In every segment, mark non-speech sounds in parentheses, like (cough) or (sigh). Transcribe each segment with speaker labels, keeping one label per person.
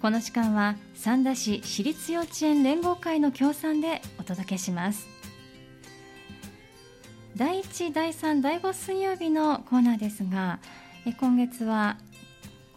Speaker 1: この時間は三田市私立幼稚園連合会の協賛でお届けします第1第3第5水曜日のコーナーですがえ今月は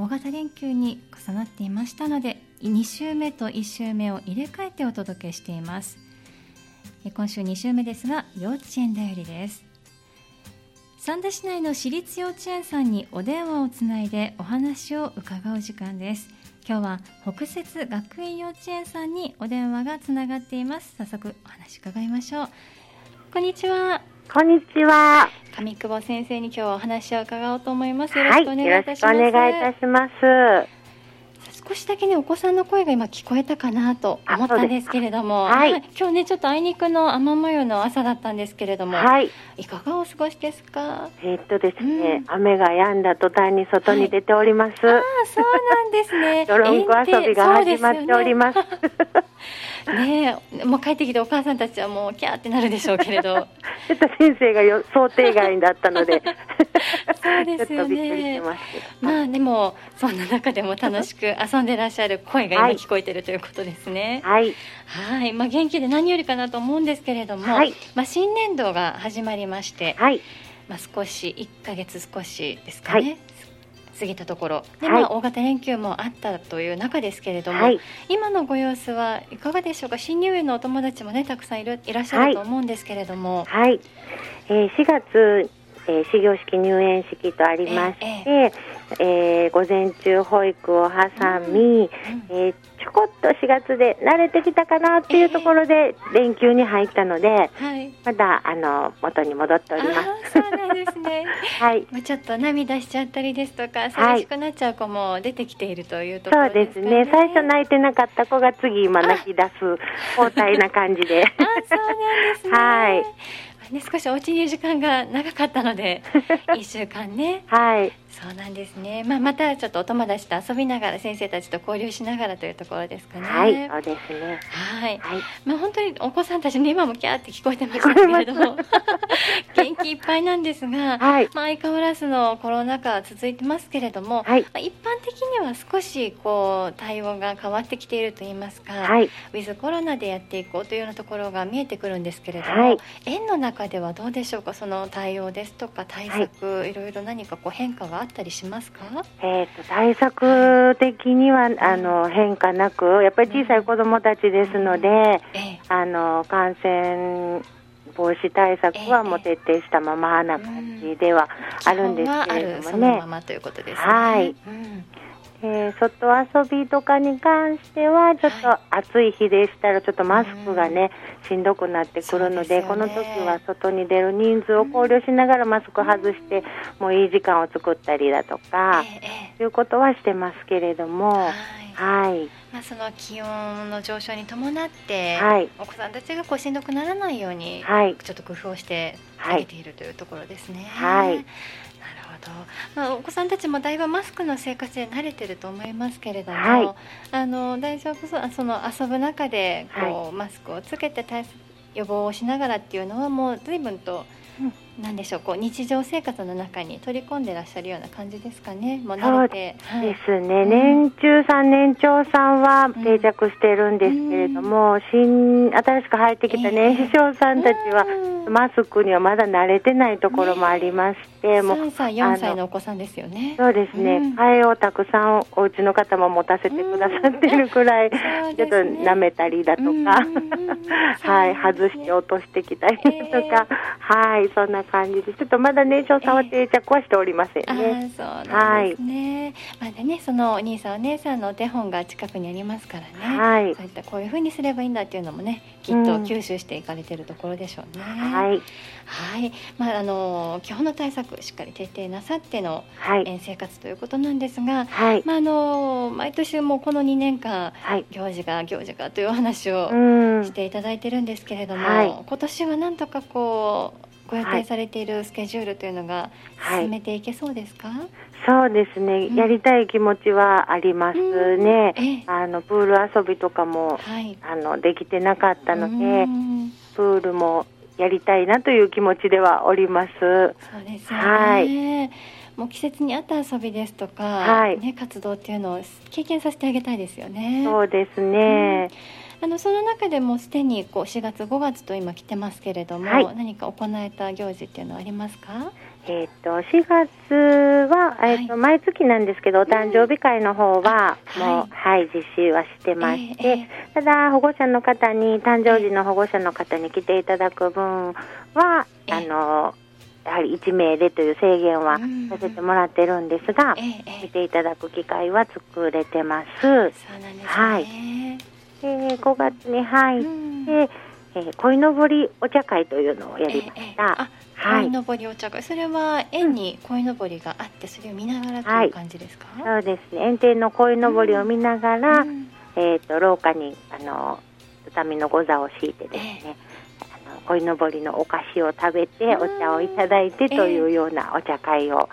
Speaker 1: 大型連休に重なっていましたので2週目と1週目を入れ替えてお届けしていますえ今週2週目ですが幼稚園だよりです三田市内の私立幼稚園さんにお電話をつないでお話を伺う時間です今日は北節学園幼稚園さんにお電話がつながっています早速お話伺いましょうこんにちは
Speaker 2: こんにちは。
Speaker 1: 上久保先生に今日はお話を伺おうと思いますよろ
Speaker 2: は
Speaker 1: し
Speaker 2: い、
Speaker 1: く
Speaker 2: よ
Speaker 1: お願い
Speaker 2: ろ
Speaker 1: いた
Speaker 2: し
Speaker 1: し
Speaker 2: くお
Speaker 1: ます、
Speaker 2: 願いいたします。
Speaker 1: 少しだけねお子さんの声が今聞こえたかなと思ったんですけれども、
Speaker 2: あそうですかはい
Speaker 1: 今日ねちょっとあいにくの雨模様の朝だったんですけれども、
Speaker 2: はい、
Speaker 1: い、かがお過ごしですか。
Speaker 2: えーっとですね、
Speaker 1: う
Speaker 2: 雨が止んだ途端に外に出ております。。
Speaker 1: ああそうなんですね
Speaker 2: (laughs) ドロンコ遊びが始まっております。
Speaker 1: すよね。ねえもう帰ってきてお母さんたちはもうキャーってなるでしょうけれど。
Speaker 2: ちょっと先生がよ想定外だったので、
Speaker 1: (laughs) そうです
Speaker 2: ちょっ
Speaker 1: よ
Speaker 2: とびっくりし
Speaker 1: ね。
Speaker 2: まし
Speaker 1: まあでもそんな中でも楽しく遊んでらっしゃる声が今聞こえてるということですね
Speaker 2: た。。はい、
Speaker 1: はい、まあ元気で何よりかなと思うんですけれども、
Speaker 2: はい
Speaker 1: まあ新年度が始まりまして、
Speaker 2: はい、
Speaker 1: まあ少し一ヶ月少しですかね。
Speaker 2: は
Speaker 1: 過ぎたところで、
Speaker 2: はい
Speaker 1: まあ大型連休もあったという中ですけれども、
Speaker 2: はい、
Speaker 1: 今のご様子はいかがでしょうか新入園のお友達もねたくさんいるいらっしゃると思うんですけれども、
Speaker 2: はい。えー4月、えー始業式入園式とありまして、
Speaker 1: え
Speaker 2: えー午前中保育を挟み、
Speaker 1: うん
Speaker 2: えーちょこっと4月で慣れてきたかなっていうところで連休に入ったので、
Speaker 1: はい
Speaker 2: まだあの元に戻って
Speaker 1: あ
Speaker 2: お
Speaker 1: あ
Speaker 2: ります。
Speaker 1: ーそうなんですね
Speaker 2: はい、
Speaker 1: まあちょっと涙しちゃったりですとか
Speaker 2: はい
Speaker 1: 寂しくなっちゃう子も出てきているというとこ
Speaker 2: そう
Speaker 1: ろで
Speaker 2: です
Speaker 1: か
Speaker 2: す
Speaker 1: ね、
Speaker 2: ね。最初泣いてなかった子が次今泣き出す交代な感じで。
Speaker 1: あそうなんですね
Speaker 2: (laughs) はい
Speaker 1: まあね少しお家にいる時間が長かったの
Speaker 2: (laughs)
Speaker 1: で一週間ね
Speaker 2: はい、
Speaker 1: そうなんですね、まあ、またちょっとお友達と遊びながら先生たちと交流しながらというところですかね
Speaker 2: はい、そうですね。
Speaker 1: はい
Speaker 2: はい、
Speaker 1: まあ、本当にお子さんたちね今もキャーって聞こえてましたけれど
Speaker 2: (laughs)
Speaker 1: も (laughs) 元気いっぱいなんですが、
Speaker 2: はい、
Speaker 1: まあ、相変わらずのコロナ禍は続いてますけれども、
Speaker 2: はい
Speaker 1: ま、あ一般的には少しこう対応が変わってきているといいますか、
Speaker 2: はい。
Speaker 1: ウィズコロナでやっていこうというようなところが見えてくるんですけれども、
Speaker 2: はい
Speaker 1: 園の中ではどうでしょうかその対応ですとか対策、い、ろいろ何かこう変化があったりしますか
Speaker 2: えっ、と対策的にはあの変化なく、やっぱり小さい子どもたちですので、
Speaker 1: ええ
Speaker 2: あの感染防止対策はもう徹底したままな感じではあるんですけれ
Speaker 1: 基本はある
Speaker 2: ど
Speaker 1: そ
Speaker 2: も
Speaker 1: の
Speaker 2: ね
Speaker 1: ま。まということですね。
Speaker 2: はい
Speaker 1: うん
Speaker 2: えー外遊びとかに関してはちょっ
Speaker 1: は
Speaker 2: と暑い日でしたらちょっとマスクがね、しんどくなってくる
Speaker 1: そ
Speaker 2: ので
Speaker 1: うですよね
Speaker 2: この時は外に出る人数を考慮しながらマスク外して、もういい時間を作ったりだとか、
Speaker 1: ええええ
Speaker 2: いうことはしてますけれども
Speaker 1: はい
Speaker 2: はい
Speaker 1: まあ、その気温の上昇に伴って、
Speaker 2: はい
Speaker 1: お子さんたちがこうしんどくならないように、
Speaker 2: はい
Speaker 1: ちょっと工夫をして
Speaker 2: は
Speaker 1: あげ
Speaker 2: い
Speaker 1: ているというところですね。
Speaker 2: はい
Speaker 1: なるほど、まあ、お子さんたちもだいぶマスクの生活で慣れてると思いますけれども、
Speaker 2: はい
Speaker 1: あの大丈夫そうあその遊ぶ中でこう、マスクをつけて対策予防をしながらっていうのはもう随分と、なんでしょうこう日常生活の中に取り込んでらっしゃるような感じですかね。もう慣れて、はい
Speaker 2: ですね、
Speaker 1: うん
Speaker 2: 年中さん年長さんは
Speaker 1: ん
Speaker 2: 定着してるんですけれども、新新しく入ってきた年始長さんたちは、
Speaker 1: うん
Speaker 2: マスクにはまだ慣れてないところもありまして、もう
Speaker 1: 3歳4歳のお子さんですよね。
Speaker 2: そうですね、
Speaker 1: うん
Speaker 2: 替えをたくさんお家の方も持たせてくださってるくらい、
Speaker 1: そう
Speaker 2: ちょ
Speaker 1: で
Speaker 2: っと
Speaker 1: すね
Speaker 2: 舐めたりだとか、
Speaker 1: うんう
Speaker 2: (laughs)
Speaker 1: んうんうん
Speaker 2: はい、
Speaker 1: そうですね
Speaker 2: 外して落としてきたりとか、はい、そんな感じで、ちょっとまだね、調査は定着はしておりません
Speaker 1: ああ
Speaker 2: ね。
Speaker 1: ーそうなんですね。まだねそのお兄さんお姉さんのお手本が近くにありますからね。
Speaker 2: はい
Speaker 1: そういったこういう風にすればいいんだっていうのもねきっと
Speaker 2: うん
Speaker 1: 吸収していかれてるところでしょうね。
Speaker 2: はい、
Speaker 1: はい。まああの基本の対策しっかり徹底なさっての
Speaker 2: はい、
Speaker 1: えー生活ということなんですが、
Speaker 2: はい、
Speaker 1: まああの毎年もうこの2年間
Speaker 2: はい。
Speaker 1: 行事が行事がというお話を
Speaker 2: うん
Speaker 1: し、ていただいてるんですけれども、
Speaker 2: はい
Speaker 1: 今年はなんとかこうご予
Speaker 2: は
Speaker 1: 定
Speaker 2: い
Speaker 1: されているスケジュールというのが
Speaker 2: はい
Speaker 1: 進めていけそうですか、
Speaker 2: そうですね、
Speaker 1: うん
Speaker 2: やりたい気持ちはありますね。
Speaker 1: ええ
Speaker 2: あのプール遊びとかも
Speaker 1: はい。
Speaker 2: あのできてなかったの
Speaker 1: う
Speaker 2: で、
Speaker 1: ん
Speaker 2: プールもやりたいなという気持ちではおります。
Speaker 1: そうですよね。
Speaker 2: は
Speaker 1: もう季節に合った遊びですとか、
Speaker 2: はい
Speaker 1: ね、活動っていうのを経験させてあげたいですよね。
Speaker 2: そうですね、
Speaker 1: あのその中でもすでにこう4月5月と今来てますけれども、
Speaker 2: はい
Speaker 1: 何か行えた行事っていうのはありますか？
Speaker 2: えっと4月は、
Speaker 1: はい
Speaker 2: えっと毎月なんですけどお誕生日会の方は、
Speaker 1: うん
Speaker 2: もう、はい、実施はしてまして、ただ保護者の方に誕生日の保護者の方に来ていただく分は、
Speaker 1: ええ
Speaker 2: あのやはり1名でという制限は
Speaker 1: うん
Speaker 2: させてもらってるんですが、
Speaker 1: えええ
Speaker 2: 見
Speaker 1: え
Speaker 2: ていただく機会は作れてます。
Speaker 1: そうなんですね。
Speaker 2: はいで5月に入
Speaker 1: う
Speaker 2: っ
Speaker 1: ん
Speaker 2: て、えー鯉のぼりお茶会というのをやりま
Speaker 1: えええ
Speaker 2: し
Speaker 1: え
Speaker 2: た。
Speaker 1: あ、
Speaker 2: はい
Speaker 1: 鯉のぼりお茶会、それは園に鯉のぼりがあって、それを見ながらと
Speaker 2: はいいう
Speaker 1: 感じですか？
Speaker 2: そうですね園庭の鯉のぼりを見ながら、
Speaker 1: うん
Speaker 2: えー、と廊下にあの畳のご座を敷いてですね、あの鯉のぼりのお菓子を食べて
Speaker 1: うん
Speaker 2: お茶をいただいて
Speaker 1: ええ
Speaker 2: というようなお茶会を、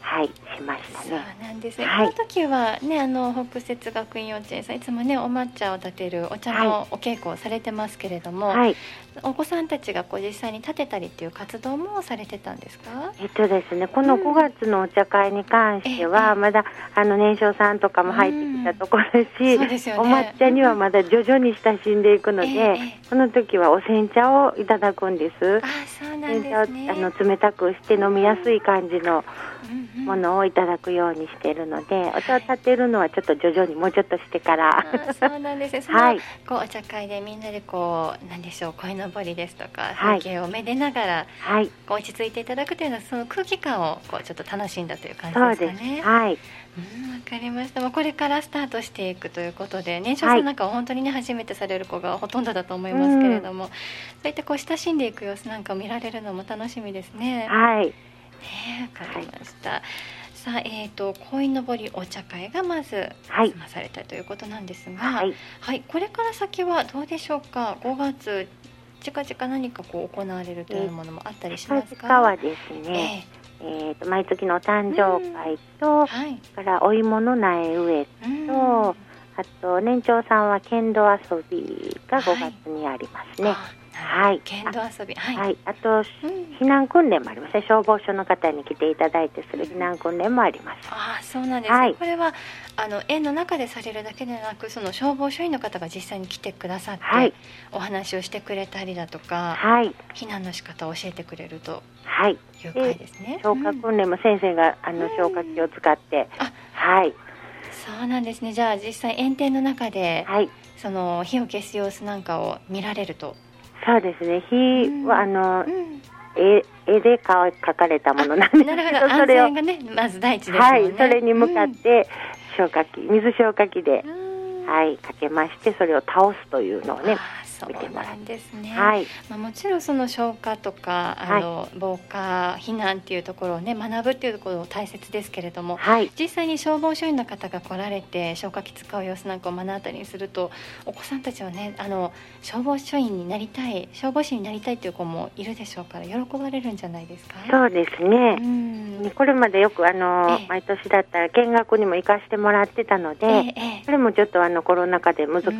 Speaker 2: はいしました
Speaker 1: そう
Speaker 2: ね。
Speaker 1: なんですね。
Speaker 2: はい
Speaker 1: この時はね、あの北節学院幼稚園さんいつもね、お抹茶を立てるお茶のお稽古をされてますけれども、
Speaker 2: はい、
Speaker 1: お子さんたちがこう実際に立てたりっていう活動もされてたんですか？
Speaker 2: えっとですね、この
Speaker 1: うん
Speaker 2: 5月のお茶会に関しては、
Speaker 1: ええ
Speaker 2: まだあの年少さんとかも入ってきたところですし、
Speaker 1: そうですよね
Speaker 2: お抹茶にはまだ徐々に親しんでいくので、
Speaker 1: えええ
Speaker 2: この時はお煎茶をいただくんです
Speaker 1: あ。、そうなん
Speaker 2: 煎
Speaker 1: で
Speaker 2: 茶をあ
Speaker 1: すね。
Speaker 2: の冷たくして飲みやすい感じの
Speaker 1: うんうん
Speaker 2: ものをいただくようにしてるので、お茶を立てるのはちょっと徐々にもうちょっとしてから、
Speaker 1: あそうなんですね。その
Speaker 2: はい、
Speaker 1: こうお茶会でみんなでこうなんでしょう鯉のぼりですとか
Speaker 2: はい
Speaker 1: 風景をめでながら
Speaker 2: はい、
Speaker 1: こう落ち着いていただくというのはその空気感をこうちょっと楽しんだという感
Speaker 2: そう
Speaker 1: じですか
Speaker 2: です、
Speaker 1: ね。
Speaker 2: はい、
Speaker 1: うんわかりました。まあこれからスタートしていくということで年少さんなんかは本当にね初めてされる子がほとんどだと思いますけれども、そういったこう親しんでいく様子なんかを見られるのも楽しみですね。
Speaker 2: はい、
Speaker 1: ねわかりました。さあえっ、と鯉のぼりお茶会がまず
Speaker 2: はい
Speaker 1: 済まされたということなんですが。
Speaker 2: はい。
Speaker 1: はい、これから先はどうでしょうか。5月近々何かこう行われるというものもあったりしますか。
Speaker 2: 近はです
Speaker 1: え
Speaker 2: ね、
Speaker 1: え
Speaker 2: えーと毎月のお誕生会
Speaker 1: は
Speaker 2: と、
Speaker 1: い。
Speaker 2: それからお芋の苗植え
Speaker 1: うん
Speaker 2: とあと年長さんは剣道遊びが
Speaker 1: はい
Speaker 2: 5月にありますね。
Speaker 1: あなるほ
Speaker 2: は
Speaker 1: ど
Speaker 2: い
Speaker 1: 剣道遊び。はい。
Speaker 2: はい、あと
Speaker 1: うん
Speaker 2: 避難訓練もありますね。消防署の方に来ていただいてする避難訓練もあります。
Speaker 1: ああ、そうなんです、ね
Speaker 2: はい
Speaker 1: これはあの園の中でされるだけでなく、その消防署員の方が実際に来てくださって、
Speaker 2: はい
Speaker 1: お話をしてくれたりだとか、
Speaker 2: はい、
Speaker 1: 避難の仕方を教えてくれると
Speaker 2: はい、
Speaker 1: いう会ですね。
Speaker 2: (laughs) 消火
Speaker 1: うん
Speaker 2: 訓練も先生があ
Speaker 1: う
Speaker 2: の
Speaker 1: ん
Speaker 2: 消火器を使って
Speaker 1: あ、
Speaker 2: はい、
Speaker 1: そうなんですね。じゃあ実際園庭の中で
Speaker 2: はい、
Speaker 1: その火を消す様子なんかを見られると。
Speaker 2: そうですね。火はあの
Speaker 1: うん
Speaker 2: 絵絵でか書かれたものなんです
Speaker 1: な
Speaker 2: け
Speaker 1: るほど
Speaker 2: ど、 (laughs) そ
Speaker 1: 安
Speaker 2: れを
Speaker 1: 全がねまず第一ですもんね、
Speaker 2: はい、それに向かって消火器、水消火器で
Speaker 1: う、ん、うん
Speaker 2: はい、かけまして、それを倒すというのをね、
Speaker 1: あーそうなんですね、
Speaker 2: はい、
Speaker 1: まあ、もちろんその消火とかあの、防火避難っていうところをね学ぶっていうところも大切ですけれども
Speaker 2: はい、
Speaker 1: 実際に消防署員の方が来られて消火器使う様子なんかを目の当たりにするとお子さんたちはねあの消防署員になりたい消防士になりたいっていう子もいるでしょうから喜ばれるんじゃないですか。
Speaker 2: そうです
Speaker 1: う
Speaker 2: ね。
Speaker 1: ん
Speaker 2: これまでよくあの
Speaker 1: ええ
Speaker 2: 毎年だったら見学にも行かしてもらってたの
Speaker 1: え
Speaker 2: で、
Speaker 1: ええ
Speaker 2: それもちょっとあのコロナ禍で難しいこ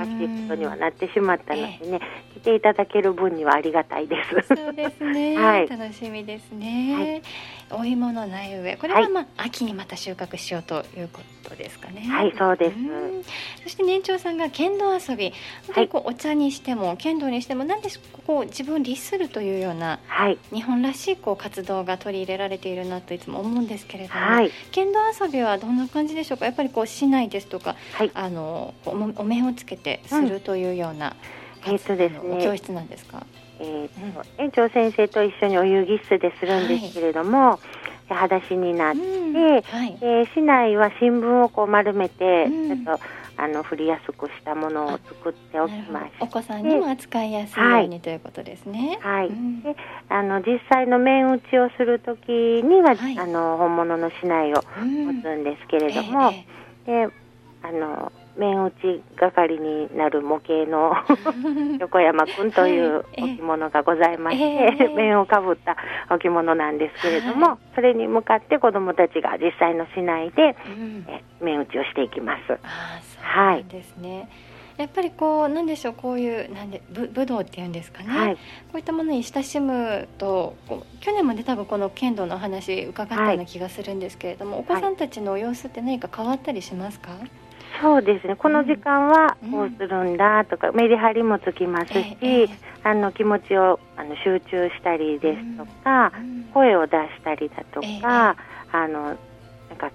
Speaker 2: とにはなってしまったのでね、来ていただける分にはありがたいです。
Speaker 1: そうですね、
Speaker 2: (laughs) はい
Speaker 1: 楽しみですね、お芋の苗植えこれ
Speaker 2: は
Speaker 1: はいまあ、秋にまた収穫しようということですかね
Speaker 2: はいそうです
Speaker 1: んそして年長さんが剣道遊び本当にこうお茶にしても剣道にしてもなんでしここを自分を律するというような
Speaker 2: はい、
Speaker 1: 日本らしいこう活動が取り入れられているなといつも思うんですけれども、
Speaker 2: はい、
Speaker 1: 剣道遊びはどんな感じでしょうかやっぱりこう市内ですとか
Speaker 2: はい。
Speaker 1: あのこうおお面をつけてするというような、
Speaker 2: うんえっとですね
Speaker 1: あの教室なんですか
Speaker 2: えーと園長先生と一緒にお遊戯室でするんですけれども、裸足になって、
Speaker 1: うんはい、
Speaker 2: で市内は新聞をこう丸めて、
Speaker 1: うん
Speaker 2: ちょっとあの振りやすくしたものを作っておきまし
Speaker 1: お
Speaker 2: て
Speaker 1: 子さんにも扱いやすいようにということですね。
Speaker 2: はい
Speaker 1: うん
Speaker 2: であの実際の面打ちをする時には、
Speaker 1: はい
Speaker 2: あの本物の市内を
Speaker 1: うん
Speaker 2: 持つんですけれども、
Speaker 1: ええ
Speaker 2: であの面打ち係になる模
Speaker 1: (laughs)
Speaker 2: 型の
Speaker 1: え
Speaker 2: 横山くんという
Speaker 1: ええ
Speaker 2: 置物がございまして、
Speaker 1: ええ
Speaker 2: 面をかぶった置物なんですけれども、
Speaker 1: は
Speaker 2: それに向かって子どもたちが実際の市内で
Speaker 1: えうん
Speaker 2: (laughs) え面打ちをしていきます。
Speaker 1: ああそうなんですね。やっぱりこうなんでしょうこういうなんでぶ武道っていうんですかね、
Speaker 2: はい
Speaker 1: こういったものに親しむとこう去年まで多分この剣道のお話伺ったような気がするんですけれども、お子さんたちの様子って何か変わったりしますか、
Speaker 2: そうですねこの時間は
Speaker 1: うん
Speaker 2: こうするんだとか、メリハリもつきますし、
Speaker 1: ええええ
Speaker 2: あの気持ちをあの集中したりですとか、
Speaker 1: うん
Speaker 2: 声を出したりだとか、あのなんか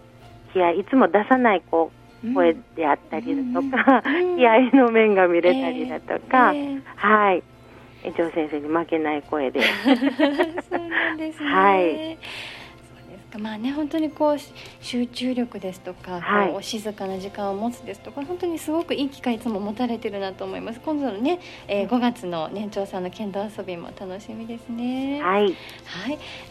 Speaker 2: 気合いいつも出さないこう声であったりだとか、
Speaker 1: うん
Speaker 2: 気合 (laughs) いの面が見れたりだとか、
Speaker 1: ええ
Speaker 2: はい園長先生に負けない声で (laughs)
Speaker 1: そうなんですね。
Speaker 2: はい
Speaker 1: そうですかまあね本当にこうし集中力ですとか、
Speaker 2: はい
Speaker 1: こう静かな時間を持つですとか本当にすごくいい機会いつも持たれてるなと思います今度のね、えー5月の年長さんの剣道遊びも楽しみですねはい、
Speaker 2: はい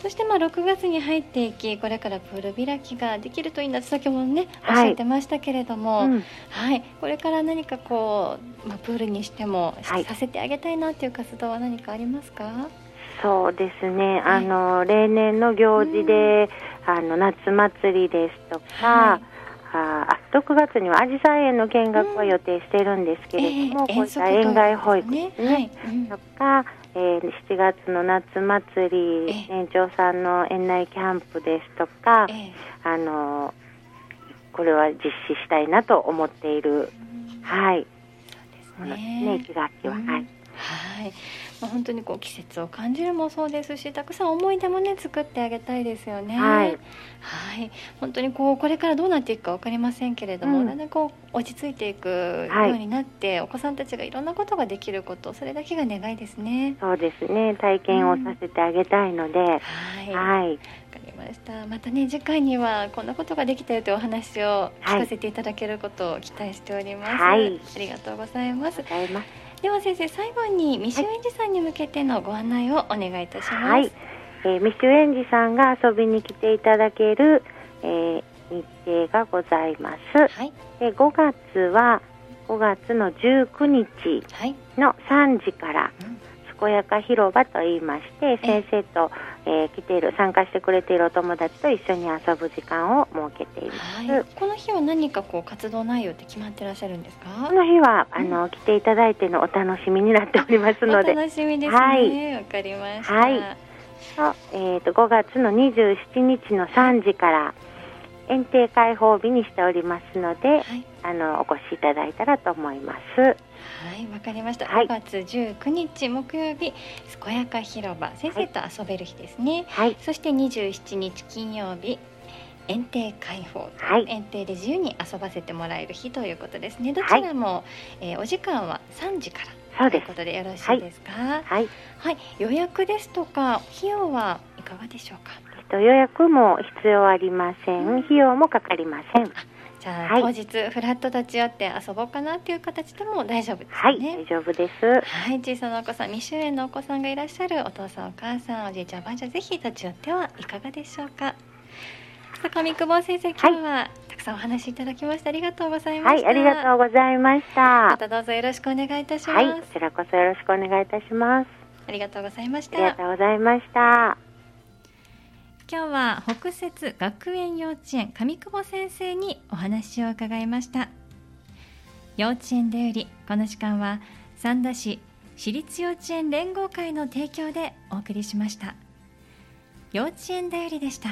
Speaker 1: そしてまあ6月に入っていきこれからプール開きができるといいなと先ほどねおっし
Speaker 2: はい
Speaker 1: ゃってましたけれども、
Speaker 2: うん
Speaker 1: はい、これから何かこう、まあ、プールにしても、
Speaker 2: はい
Speaker 1: させてあげたいなっていう活動は何かありますか
Speaker 2: そうですね、
Speaker 1: はい
Speaker 2: あの例年の行事で、あの夏祭りですと
Speaker 1: は
Speaker 2: か
Speaker 1: い、
Speaker 2: ああ6月にはアジサイ園の見学を予定しているんですけれども、
Speaker 1: ええ
Speaker 2: こういった
Speaker 1: 遠足とか
Speaker 2: 園外保育ですね、
Speaker 1: はいうん
Speaker 2: とか、えー7月の夏祭り、
Speaker 1: ええ
Speaker 2: 年長さんの園内キャンプですとか、
Speaker 1: ええ
Speaker 2: あのこれは実施したいなと思っている、はい、
Speaker 1: そう
Speaker 2: も
Speaker 1: です
Speaker 2: のです
Speaker 1: ね
Speaker 2: ね、1学期は。
Speaker 1: うん
Speaker 2: はい
Speaker 1: はいまあ、本当にこう季節を感じるもそうですしたくさん思い出もね作ってあげたいですよね。
Speaker 2: はい
Speaker 1: はい本当にこうこれからどうなっていくかわかりませんけれども、
Speaker 2: うん
Speaker 1: だんだんこう落ち着いていくよ
Speaker 2: はいう
Speaker 1: になって、お子さんたちがいろんなことができることそれだけが願いですね。
Speaker 2: そうですね体験をさせてあげたいので、
Speaker 1: はい、わか
Speaker 2: はい
Speaker 1: りました。またね次回にはこんなことができたよというお話を聞かせていただけることを期待しております。
Speaker 2: はい
Speaker 1: ありがとうございます
Speaker 2: ご。ざいます。
Speaker 1: では先生最後に未就園児さんに向けてのご案内をお願いいたします。
Speaker 2: はい、えー、未就園児さんが遊びに来ていただける、えー日程がございます。
Speaker 1: はい、
Speaker 2: で5月は5月の19日
Speaker 1: はい、
Speaker 2: の3時から
Speaker 1: うん
Speaker 2: 健やか広場と言いまして
Speaker 1: え
Speaker 2: 先生と、えー来ている参加してくれているお友達と一緒に遊ぶ時間を設けています。
Speaker 1: はい。この日は何かこう活動内容って決まってらっしゃるんですか
Speaker 2: こ？の日はあの、来ていただいてのお楽しみになっております
Speaker 1: お
Speaker 2: ので、
Speaker 1: 楽しみです
Speaker 2: は
Speaker 1: ね。
Speaker 2: い
Speaker 1: わ、かりました。
Speaker 2: はいとえー、と5月の27日の3時から園庭開放日にしておりますので
Speaker 1: はい、
Speaker 2: あのお越しいただいたらと思います。
Speaker 1: はいわかりました。
Speaker 2: は
Speaker 1: 5
Speaker 2: い
Speaker 1: 月19日木曜日健やか広場先生と遊べる日ですね。
Speaker 2: はい、
Speaker 1: そして27日金曜日園庭開放
Speaker 2: はい、
Speaker 1: 園庭で自由に遊ばせてもらえる日ということですね。どちらも、えーお時間は3時から。
Speaker 2: そう
Speaker 1: という
Speaker 2: です
Speaker 1: こ。とでよろしいですか。はい、
Speaker 2: はい、
Speaker 1: 予約ですとか費用はいかがでしょうか。
Speaker 2: えっと予約も必要ありませ
Speaker 1: うん
Speaker 2: ん。費用もかかりません。
Speaker 1: じゃあ、
Speaker 2: はい
Speaker 1: 当日フラット立ち寄って遊ぼうかなっていう形でも大丈夫です
Speaker 2: はい、
Speaker 1: ね
Speaker 2: 大。丈夫です。
Speaker 1: はい、小さなお子さん、未就園のお子さんがいらっしゃるお父さん、お母さん、おじいちゃん、おばあちゃん、ぜひ立ち寄ってはいかがでしょうか。さ上久保先生、今日はたくさんお話しいただきましてありがとうございま
Speaker 2: は
Speaker 1: した。
Speaker 2: い、ありがとうございました
Speaker 1: ま。たどうぞよろしくお願いいたします。
Speaker 2: はい、こちらこそよろしくお願いいたします。
Speaker 1: ありがとうございまし
Speaker 2: ありが
Speaker 1: た。
Speaker 2: とうございました。
Speaker 1: 今日は北節学園幼稚園上久保先生にお話を伺いました幼稚園でよりこの時間は三田市私立幼稚園連合会の提供でお送りしました幼稚園だよりでした